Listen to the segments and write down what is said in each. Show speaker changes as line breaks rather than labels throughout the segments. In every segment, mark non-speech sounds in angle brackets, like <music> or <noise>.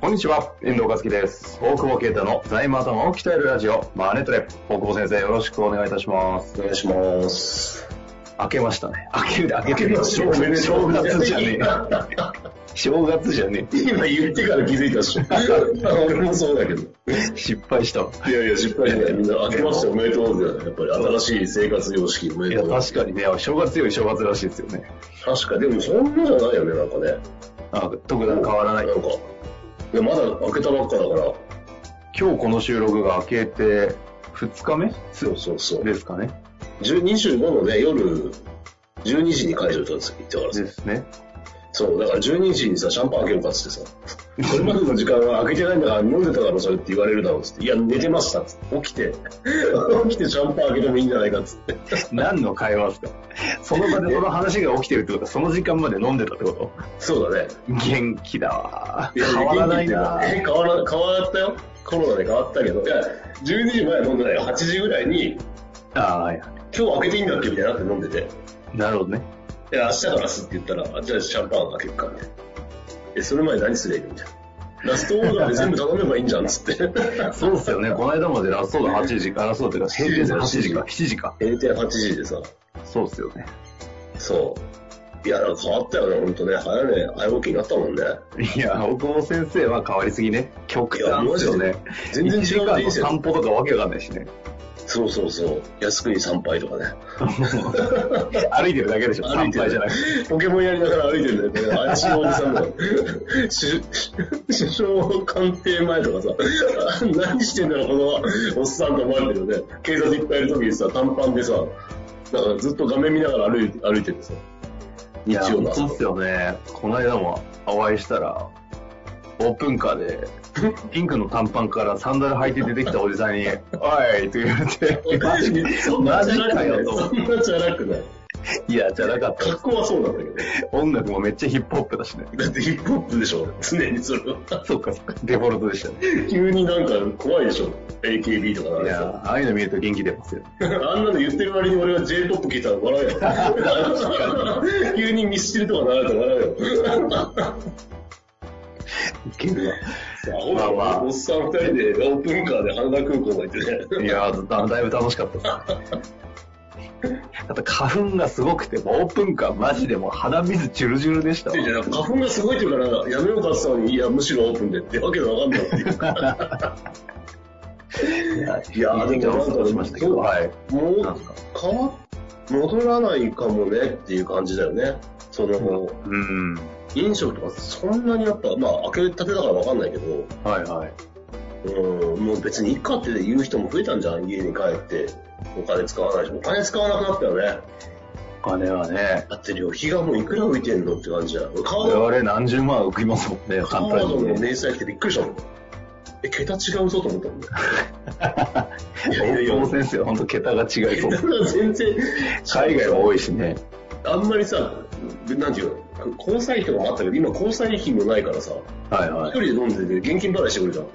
こんにちは、遠藤和樹です。大久保啓太の財務頭を鍛えるラジオ、マネトレ。大久保先生、よろしくお願いいたします。
お願いします。
明けましたね。明ける、明け
明け
て
ま
る。
しょ
正
う
月じゃねえ。正月じゃね
今言ってから気づいたっしょ。俺もそうだけど。
え。失敗したわ。
いやいや、失敗しない。みんな明けましておめでとうだよね。やっぱり新しい生活様式お
い
めで
や、
とう。
確かにね、正月より正月らしいですよね。
確か、でもそんなじゃないよね、なんかね。
あ特段変わらない
な。んか。いや、まだ明けたばっかだから。
今日この収録が明けて2日目
そうそうそう。
ですかね。
10 25のね、夜、12時に解除したんですよ、行ってからさ
ですね。
そう、だから12時にさ、シャンパン開けようかっつってさ、これまでの時間は開けてないんだから飲んでたからそれって言われるだろうっつって、いや、寝てましたっつって、起きて、起きてシャンパン開けてもいいんじゃないかっつって。
何の会話ですかその場でその話が起きてるってことは、その時間まで飲んでたってこと
そうだね。
元気だわ。
いや
変わらないな。
え、変わら、変わったよ。コロナで変わったけど、いや、12時前飲んでないよ。8時ぐらいに、
ああ、いや
今日開けていいんだっけみたいになって飲んでて、
なるほどね。
いや、明日から明日って言ったら、あじゃあシャンパン開けるか、みたいな。え、それ前何すりゃいいのみたいな。ラストオーダーで全部頼めばいいんじゃんっつって。 <laughs>
そうっすよね。この間までラストオーダー8時か、ラストオーダーっていうか、平成8時か、7時か。
閉店8時でさ、
そうっすよね。
そう。いや、なんか変わったよね、ほんとね。早いね、早起きになったもんね。
いや、大久保先生は変わりすぎね。極端ですよ
いや
ね。
全然
1時
違う
間
人
の
生。
散歩とかわけわかんないしね。
そうそうそう。靖国参拝とかね。
歩いてるだけでしょ、
歩
参
いてる
拝じゃなくて。
ポケモンやりながら歩い
<laughs>
てるんだよね。怪しいおじさんだよ。首首相官邸前とかさ、 <laughs> 何してんだろう、このおっさんと思われてるよね。警察いっぱいいる時にさ、短パンでさ、だからずっと画面見ながら歩いて歩いててさ、
いや、
日曜
本
の朝
当っすよね。この間もお会いしたら、オープンカー <laughs> で、ピンクの短パンからサンダル履いて出てきたおじさんに、おいって言われて、マジ
そんな
マ
チ
ジ
ャラ
か
くな
よ
い。
と思っ
そんなチャラくない。
て。いや、じゃなかった。
格好はそうなんだけど。
音楽もめっちゃヒップホップだしね。
だってヒップホップでしょ常にそれは。
そうか、そうか。デフォルトでしたね。
急になんか怖いでしょ ?AKB とかなん
い
か
や
さ
ーああいうの見ると元気出ますよ。
あんなの言ってる割に俺は J-POP 聞いたら笑うよ。急にミスチルとか流れたら笑うよ。
いける
まあまあ、おっさん二人でオープンカーで羽田空港まで行って
わ。
ね。
いやーだ、だいぶ楽しかったです。 <laughs> あと花粉がすごくて、もうオープンカーマジでもう鼻水チュルチュルでしたわ
いやいや花粉がすごいって言うから、やめようかって言ったのに、いや、むしろオープンでってわけがわかんないっていうか。
い
いやーでも
お過ごしましたけ
そ
ど、
う
はい。
もう
なんですか
変わ戻らないかもねっていう感じだよね。その、
うん。
飲食とかそんなにやっぱ、まあ、開けたてだからわかんないけど、
はいはい。
うん、もう別にいっかって言う人も増えたんじゃん、家に帰って。お金使わないし、お金使わなくなったよね。
お金はね、
だって旅費がもういくら浮いてんのって感じじゃん。俺カー
我
ド、
々何十万浮きますもんね、
カ
簡
ー
単
ド
に
の
ね。
明細来てびっくりしたもん。え、桁違うぞと思ったもんね。いやいやいや
大久保先生、本当桁が違 <laughs>
<laughs>
いそう
だ。から全然、
海外は多いしね。
あんまりさ、なんていうの、交際費とかもあったけど、今交際費もないからさ、
はい
一
はい。
人で飲んでて現金払いしてくるじゃん。だ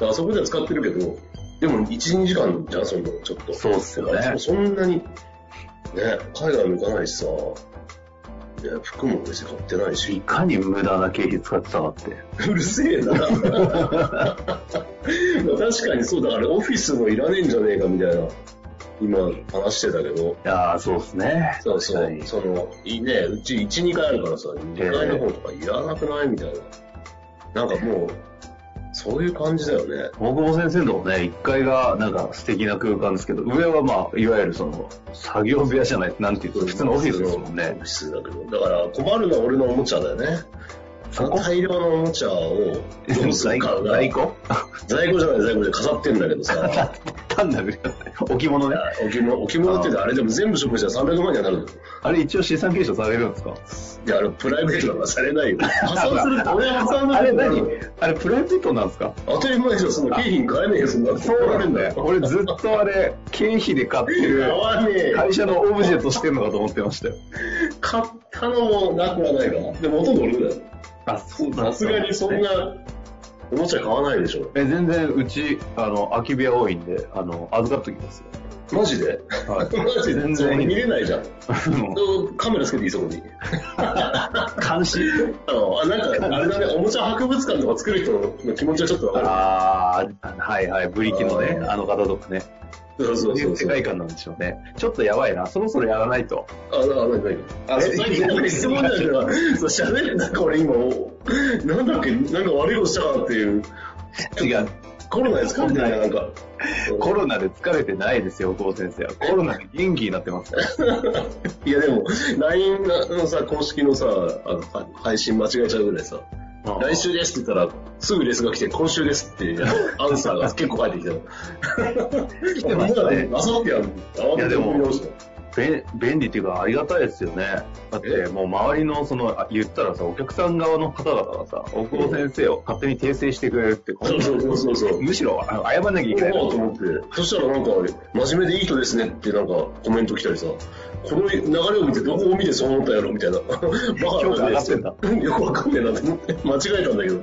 からそこでは使ってるけど、でも1、2時間じゃん、そのちょっと。
そうっすよね。
そんなに、ね、海外も行かないしさ、ね、服も別に買ってない
い
し、 <laughs>
かに無駄な経費使ってたかって。
うるせえな。 <laughs> まあ確かにそう、だからオフィスもいらねえんじゃねえかみたいな、今話してたけど、
いやーそうですね。
そうそ
確か
う、
に
その、いいね、うち1、2回あるからさ、2階の方とかいらなくないみたいな。なんかもう、そういう感じだよね。
大久保先生のね、1階がなんか素敵な空間ですけど、上はまあ、いわゆるその、作業部屋じゃない、なんていうの、普通のオフィスですもん
オ
ね
フ。ィスだけど。だから困るのは俺のおもちゃだよね。あ
そ
の
こ
大量のおもちゃをどうする
在
か
庫
が
在庫 <laughs>
在庫じゃない在庫で飾ってんだけどさ。
単なる、置物ね。
置物、置物って言うとあれでも全部処分したら300万にはなるの。
あれ一応資産継承されるんですか
いや、あれプライベートだからされないよ。破産するって、俺は破産
あれ
だ
何あれプライベートなんですか
当たり前でしょ、そんな景品買えねえよ、そんな。
俺ずっとあれ、経費で買って
買
る
わねえよ。
会社のオブジェとしてるのかと思ってましたよ。
買ったのもなくはないかな。でもほとんど俺だよ。
あ、そ
さすがにそん。な、おもちゃ買わないでしょ。
え、全然うち、あの、空き部屋多いんで、あの、預かっときますよ。
マジで
はい
<laughs> マジで
全然
それ見れないじゃん。
あ
<laughs>
の
カメラつけていいそこに。
監視
あの、あなんか、あれだね、おもちゃ博物館とか作る人の気持ちはちょっとわかる。
ああ、はいはい、ブリキのね、
あー
あの方とかね、
そうそ
そう
う
い
そうう
世
そう。
界観なんでしょうね。ちょっとやばいな、そろそろやらないと。
あ、な、な、なにあ、そう、さっきなんか質問なんだけど、そう、喋るなんか俺今、なんだっけ、なんか悪いことしたかなっていう。
違う、
コロナで疲れてないなんか。
コロナで疲れてないですよ、郷先生は。コロナで元気になってますから。
<laughs> いやでも、LINE のさ、公式のさ、あの、は配信間違えちゃうぐらいさ、来週ですって言ったら、すぐレスが来て、今週ですっていうアンサーが結構返ってきたの。来
てましたね
あさってやん。
いやでも
慌てて送り直した
べ便利っていうか、ありがたいですよね。だって、もう周りの、その、あ言ったらさ、お客さん側の方だからさ、大久保先生を勝手に訂正してくれるって、こ
そうそうそうそうそう。
むしろ、あの謝んなきゃいけない
おおと思って。そしたらなんか、真面目でいい人ですねってなんかコメント来たりさ、この流れを見てどこを見てそう思ったんやろみたいな。バカ
評価上がってんだ
だ。よくわかんねえなと思って。間違えたんだけど。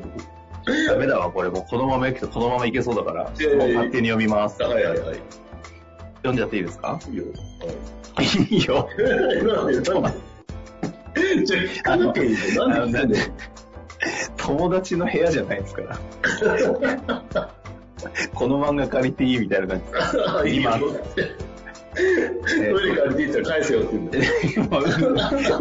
ダメだわ、これ。もうこのままいくと、このままいけそうだから、
いやいやいや
勝手に読みます。
はいはいはい。
読んじゃっていいですか
いいよ。はい
いいよ。
なんで、なんで。じゃあ、聞かなきゃいいよ。
あの
なんで聞いてんの
友達の部屋じゃないです <laughs> から。この漫画借りていいみたいな <laughs> 感じ
あいいよ
今
トイレ借りていいったら返せよって言うんだよ。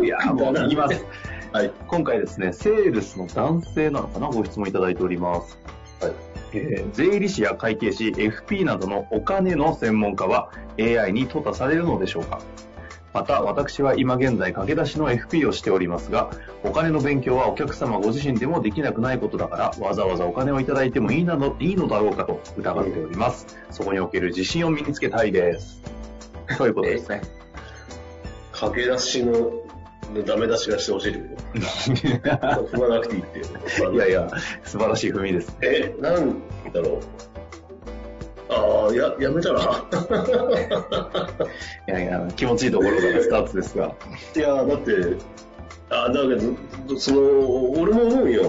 で。いや、もう言います。
はい。
今回ですね、セールスの男性なのかな、ご質問いただいております。
はい
えー税理士や会計士、FP などのお金の専門家は AI に淘汰されるのでしょうかまた、私は今現在駆け出しの FP をしておりますが、お金の勉強はお客様ご自身でもできなくないことだから、わざわざお金をいただいてもいいなのいいのだろうかと疑っております。そこにおける自信を身につけたいです。ということですね。
駆け出しの、ダメ出しがしてほしいってこと。踏まなくていいって。
いやい。や、素晴らしい踏みです。
え、なんだろう。ああ、や、やめたら。
いやいや、気持ちいいところからスタートですが。
<laughs> いや、だって、ああ、だけど、その、俺も思うよ。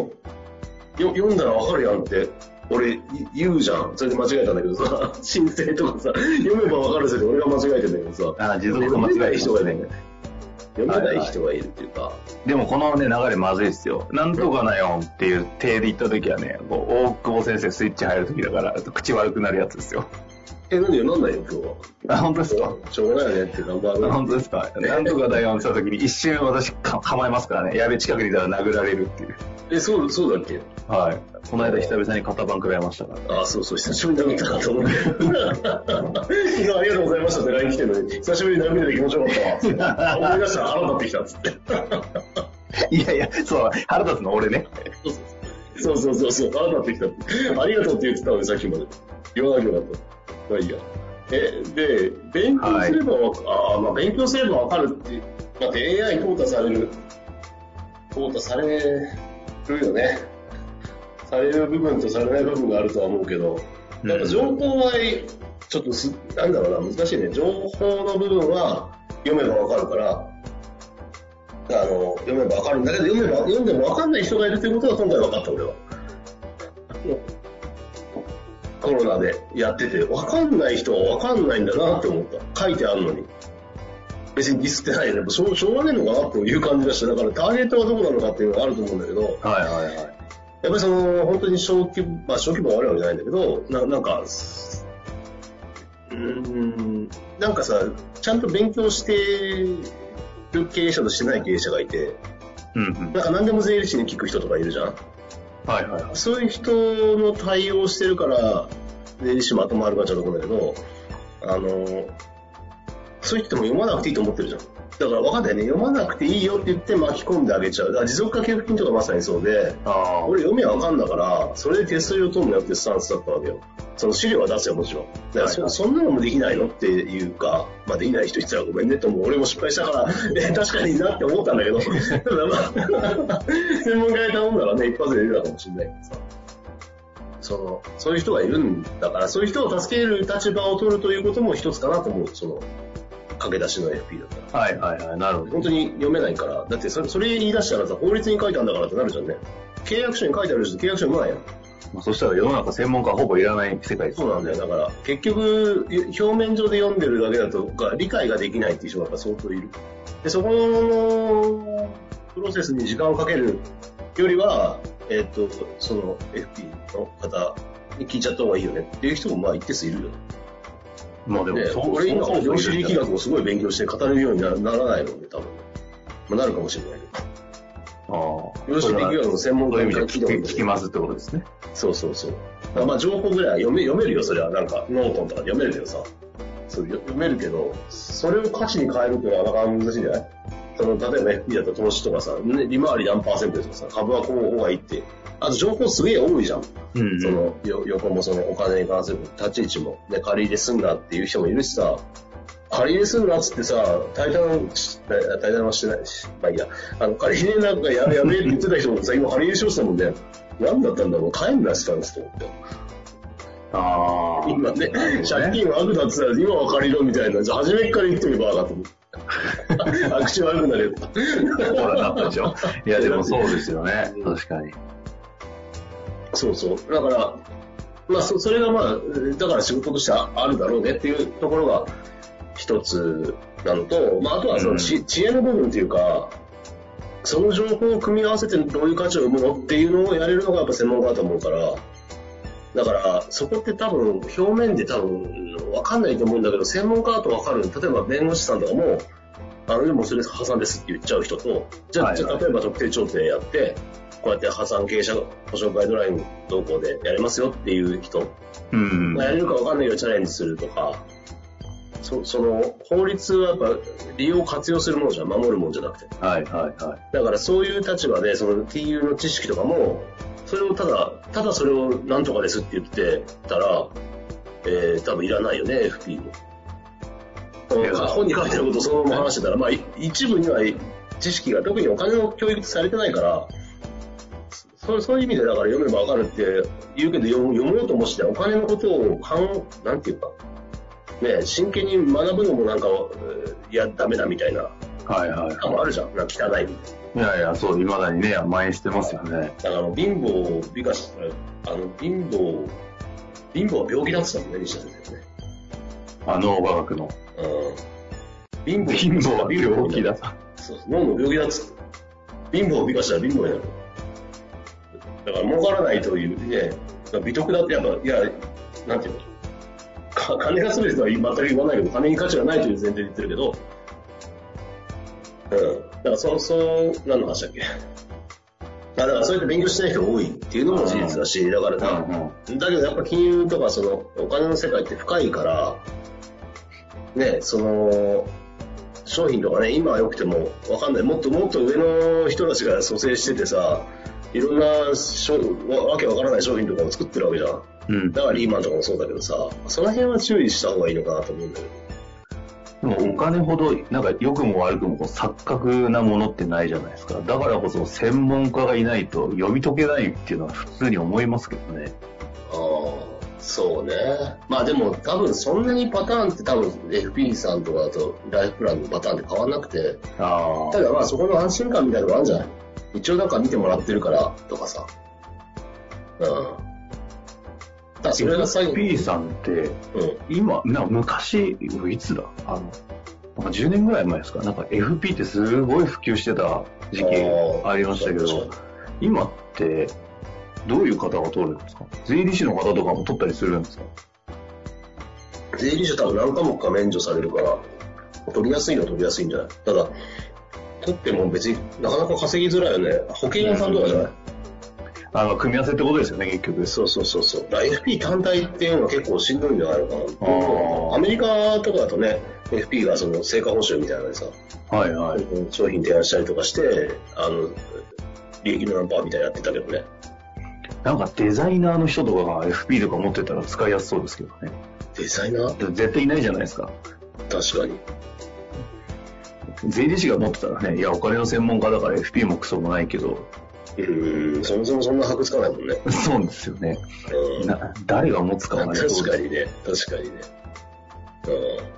よ読んだらわかるやんって。俺、い言うじゃん。それで間違えたんだけどさ、 <laughs> 申請とかさ、読めばわかるせで俺が間違えてんだけどさ、
あ持続と間違えてます
読めない人がいる
ね。
読めない人がいるっていうか、
でもこのね、流れまずいですよ。なんとかなよっていう体で言った時はね、こう大久保先生スイッチ入る時だから、口悪くなるやつですよ。
え、何よ、なんないよ、今日は。
あ、本当ですか
しょうがないよねって頑張
あ本
る。
当ですかなんとかだよって言った時に一瞬私か構えますからね。やべ、近くにいたら殴られるっていう。
え、そう、そうだっけ
はい。この間久々に肩パン食らいましたから。
あそうそう、久しぶりに涙がと思って。昨 <laughs> 日ありがとうございましたって LINE 来てるのに、久しぶりに涙で気持ちよかったわ。思い出したら腹立ってきたっつって。
いやいや、そう、腹立つの俺ね。
<laughs> そうそうそうそう、ああなってきたって。ありがとうって言ってたのに、さっきまで。言わなきゃよかった。まあいいや。え、で、勉強すればわか、ああ、まあ勉強すればわかるって、だって AI 淘汰される。淘汰されるよね。される部分とされない部分があるとは思うけど、やっぱ情報は、ちょっとす、なんだろうな、難しいね。情報の部分は読めばわかるから、あの、読めばわかるんだけど、読めば、読んでもわかんない人がいるということは今回わかった、俺は。コロナでやってて、わかんない人はわかんないんだなって思った。書いてあるのに。別にディスってないでもしょう、しょうがねえのかなという感じがして、だからターゲットはどこなのかっていうのがあると思うんだけど、
はいはいはい。
やっぱりその、本当に小規模、まあ小規模が悪いわけじゃないんだけど、ななんか、うーん、なんかさ、ちゃんと勉強してる経営者としてない経営者がいて、
うんうん。
なんか何でも税理士に聞く人とかいるじゃん。
はいはいはい。
そういう人の対応してるから、税理士も頭あるかちゃうところだけど、あの、そう言っても読まなくていいと思ってるじゃん。だから分かんないね。読まなくていいよって言って巻き込んであげちゃう。だから持続化給付金とかまさにそうで、
あ
俺読みは分かんだから、それで手数料取るのよってスタンスだったわけよ。その資料は出せよ、もちろん。だからそ,、
はい
そんなのもできないのっていうか、まあできない人いたらごめんねとも、俺も失敗したから、 <laughs> え確かになって思ったんだけど、 <laughs> ただまあ、専門家に頼んだらね、一発で出たかもしれないけどさ。その、そういう人がいるんだから、そういう人を助ける立場を取るということも一つかなと思う、その、駆け出しの FP だったら。
あ。はいはいはい。なるほど。
本当に読めないから。だってそれ、それ言い出したらさ、法律に書いたんだからってなるじゃんね。契約書に書いてある人、契約書読まないやん。
まあそしたら世の中専門家はほぼいらない世界です。
そうなんだよ。だから、結局、表面上で読んでるだけだとか、理解ができないっていう人がやっぱ相当いる。で、そこの、プロセスに時間をかけるよりは、えっ、と、その FP の方に聞いちゃった方がいいよねっていう人もまあ一定数いるよね。
まあでも、
ね
そう
俺今、
そう
量子力学をすごい勉強して語れるようになならないので、多分。まあ、なるかもしれないけど。
ああ。
量子力学の専門
そう
家
いう意
に
味で
聞
は
聞
聞け
いたこと
聞きますってことですね。
そうそうそう。まあまあ、情報ぐらいは読め読めるよ、それは。なんか、ノートンとかで読めるけどさ。そうよ読めるけど、それを価値に変えるっていうのはなかなか難しいんじゃないその、例えば FP だと投資とかさ、ね利回り何パーセントとかさ、株はこう方がいいって。あと情報すげえ多いじゃん。
うんうん
その、よ横もそのお金に関する立ち位置も。ね、借り入れすんなっていう人もいるしさ、借り入れすんなっつってさ、対談し、対談はしてないし、まあいいや。あの、借り入れなんかややめって言ってた人もさ、今借り入れしようとしたもんね。何だったんだろう帰んなしたんですと思って。
ああ。
今ね、
なるほど
借金悪くなってたら今は借りろみたいな。じゃあ初めっから言っとけばかと思って。悪口悪くなれば。
ほら、なったでし
<laughs>
ょ。いや、でもそうですよね。確かに。
そうそう。だから、まあ、そそれがまあ、だから仕事としてああるだろうねっていうところが一つなのと、まあ、あとはその、
うん
ち知恵の部分っていうか、その情報を組み合わせてどういう価値を生むのっていうのをやれるのがやっぱ専門家だと思うから、だから、そこって多分、表面で多分、わかんないと思うんだけど、専門家だとわかる。例えば、弁護士さんとかも、あの、でもそれ破産ですって言っちゃう人と、じゃあ、
はいはい
じゃあ例えば特定調停やって、こうやって破産経営者保障ガイドライン動向でやれますよっていう人、
うん。
まあやれるかわかんないけどチャレンジするとか、そその、法律はやっぱ、利用活用するものじゃん、守るものじゃなくて。
はいはいはい。
だからそういう立場で、その TU の知識とかも、それをただ、ただそれをなんとかですって言ってたら、えー、多分いらないよね、FP も。
いや
本に書いてあることをそのまま話してたら、まあ、い一部には知識が特にお金の教育されてないから、そうそういう意味でだから読めばわかるって言うけど読む読もうともしてお金のことを考えなんていうか、ね、真剣に学ぶのもなんか、えーいや、ダメだみたいな、
はいはい
あ
は
もあるじゃん。なんか汚いみた
い。
いな。
いやいや、そう、未だにね、蔓延してますよね。
だからあの貧乏美化しあの貧乏貧乏は病気だって言ったもんね西田先生ね、
あの、脳科学
<laughs>
の。
うん、貧乏
<laughs> 貧乏は病気だ。
そうそう脳の病気だっつって貧乏を美化したら貧乏になるだから儲からないというね美徳だってやっぱいやなんていうのか金が全てとは全く言わないけど金に価値がないという前提で言ってるけどうんだからそうそう何の話だっけあだからそうやって勉強してない人が多いっていうのも事実だし、だから
う
な、
んうん。
だけどやっぱ金融とかそのお金の世界って深いから、ね、その、商品とかね、今は良くてもわかんない。もっともっと上の人たちが蘇生しててさ、いろんな商わわけわからない商品とかを作ってるわけじゃん。
うん。
だからリーマンとかもそうだけどさ、その辺は注意した方がいいのかなと思うんだけど。
でもお金ほど、なんか良くも悪くもこう錯覚なものってないじゃないですか。だからこそ専門家がいないと読み解けないっていうのは普通に思いますけどね。
ああ、そうね。まあでも多分そんなにパターンって多分 FP さんとかだとライフプランのパターンって変わんなくて、
あ
ただまあそこの安心感みたいなのがあるんじゃない一応なんか見てもらってるからとかさ。うん。だからそれが最後。
P さんって、
うん。
今、な昔、いつだあの、なんか10年ぐらい前ですかなんか FP ってすごい普及してた時期ありましたけ
そう
ど、今って、どういう方が通るんですか税理士の方とかも取ったりするんですか
税理士は多分何科目か免除されるから、取りやすいのは取りやすいんじゃないただ、取っても別になかなか稼ぎづらいよね。保険屋さんとかじゃない、
あの、組み合わせってことですよね、結局。
そうそうそうそう。だから FP 単体っていうのは結構しんどいんじゃないのか
あ
な。
ー
アメリカとかだとね、FP がその成果報酬みたいなのでさ、
はいはい。
商品提案したりとかして、あの、利益の何パーみたいなやってたけどね。
なんかデザイナーの人とかが FP とか持ってたら使いやすそうですけどね。
デザイナー
だって絶対いないじゃないですか。
確かに。
税理士が持ってたらね、いや、お金の専門家だから FP もクソもないけど、 <laughs>
うん、そもそもそんな箔つかないもんね。
そうですよね。
<laughs> うん、
な誰が持つかはね。
確かにね、確かにね。うん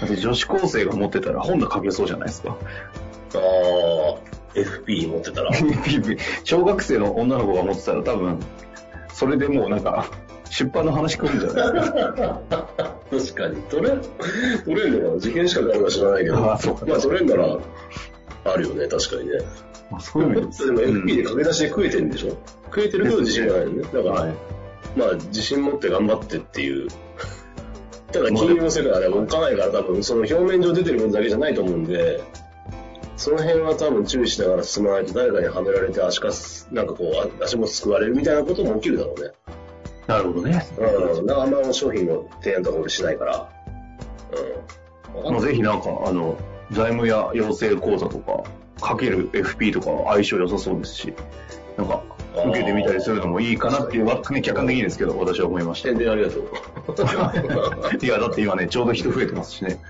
だって女子高生が持ってたら本が書けそうじゃないですか。 <laughs>
ああ、FP 持って <laughs> たら。
小学生の女の子が持ってたら多分、それでもうなんか、出版の話来るんじゃないですか。
確かに。取れ、取れんのかな受験資格あるか知らないけど。 <laughs>
あーそうか
まあ取れんなら、あるよね、確かにね。
まあ、そういう意味です
でも FP で
うん
駆け出しで食えてるんでしょ、食えてるけど自信がないよね。だから、
はい
まあ自信持って頑張ってっていう。ただ金融の世界はね、動かないから多分、その表面上出てる分だけじゃないと思うんで、その辺は多分注意しながら進まないと誰かにはめられて足かす、なんかこう、足もすくわれるみたいなことも起きるだろうね。
なるほどね。
うん、だからあんま商品の提案とか俺しないから。うん。
まあ、ぜひなんか、あの、財務や養成講座とか、かける FP とか相性良さそうですし、なんか、受けてみたりするのもいいかなっていう、わね、客観的にですけど、私は思い <laughs> ました。
宣伝ありがとう。
いや、だって今ね、ちょうど人増えてますしね、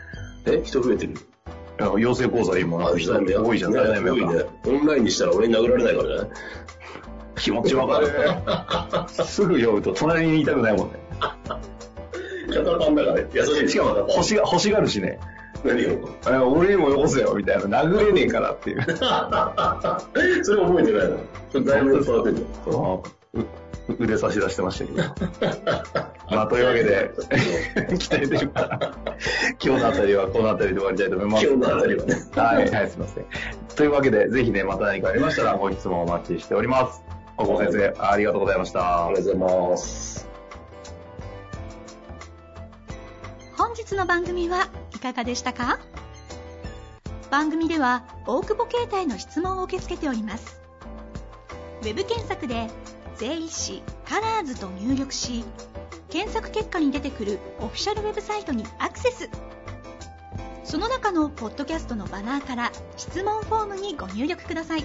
え人増えてる。
あの養成講座今、人多いじゃない、
多いね。オンラインにしたら俺に殴られないからね。
気持ちわかる。 <laughs> すぐ酔うと隣にいたくないもんね。
肩パンだからね。優しい。
しかも、欲しが、欲しがるしね。
何を。
あ俺にもよこせよ、みたいな。殴れねえからっていう。
それ覚えてないの。それだいぶ伝わってるの。
うう腕差し出してましたけど。まあ、というわけで、 <laughs> 鍛えてるから、今日のあたりはこのあたりで終わりたいと思います。
今日のあたりはね
はい、はい、すいません。というわけで、ぜひね、また何かありましたらご質問お待ちしております。ご先生、ありがとうございました
あり。がとうございます。
本日の番組はいかがでしたか番組では大久保携帯の質問を受け付けておりますウェブ検索で「税理士カラーズと入力し検索結果に出てくるオフィシャルウェブサイトにアクセスその中のポッドキャストのバナーから質問フォームにご入力ください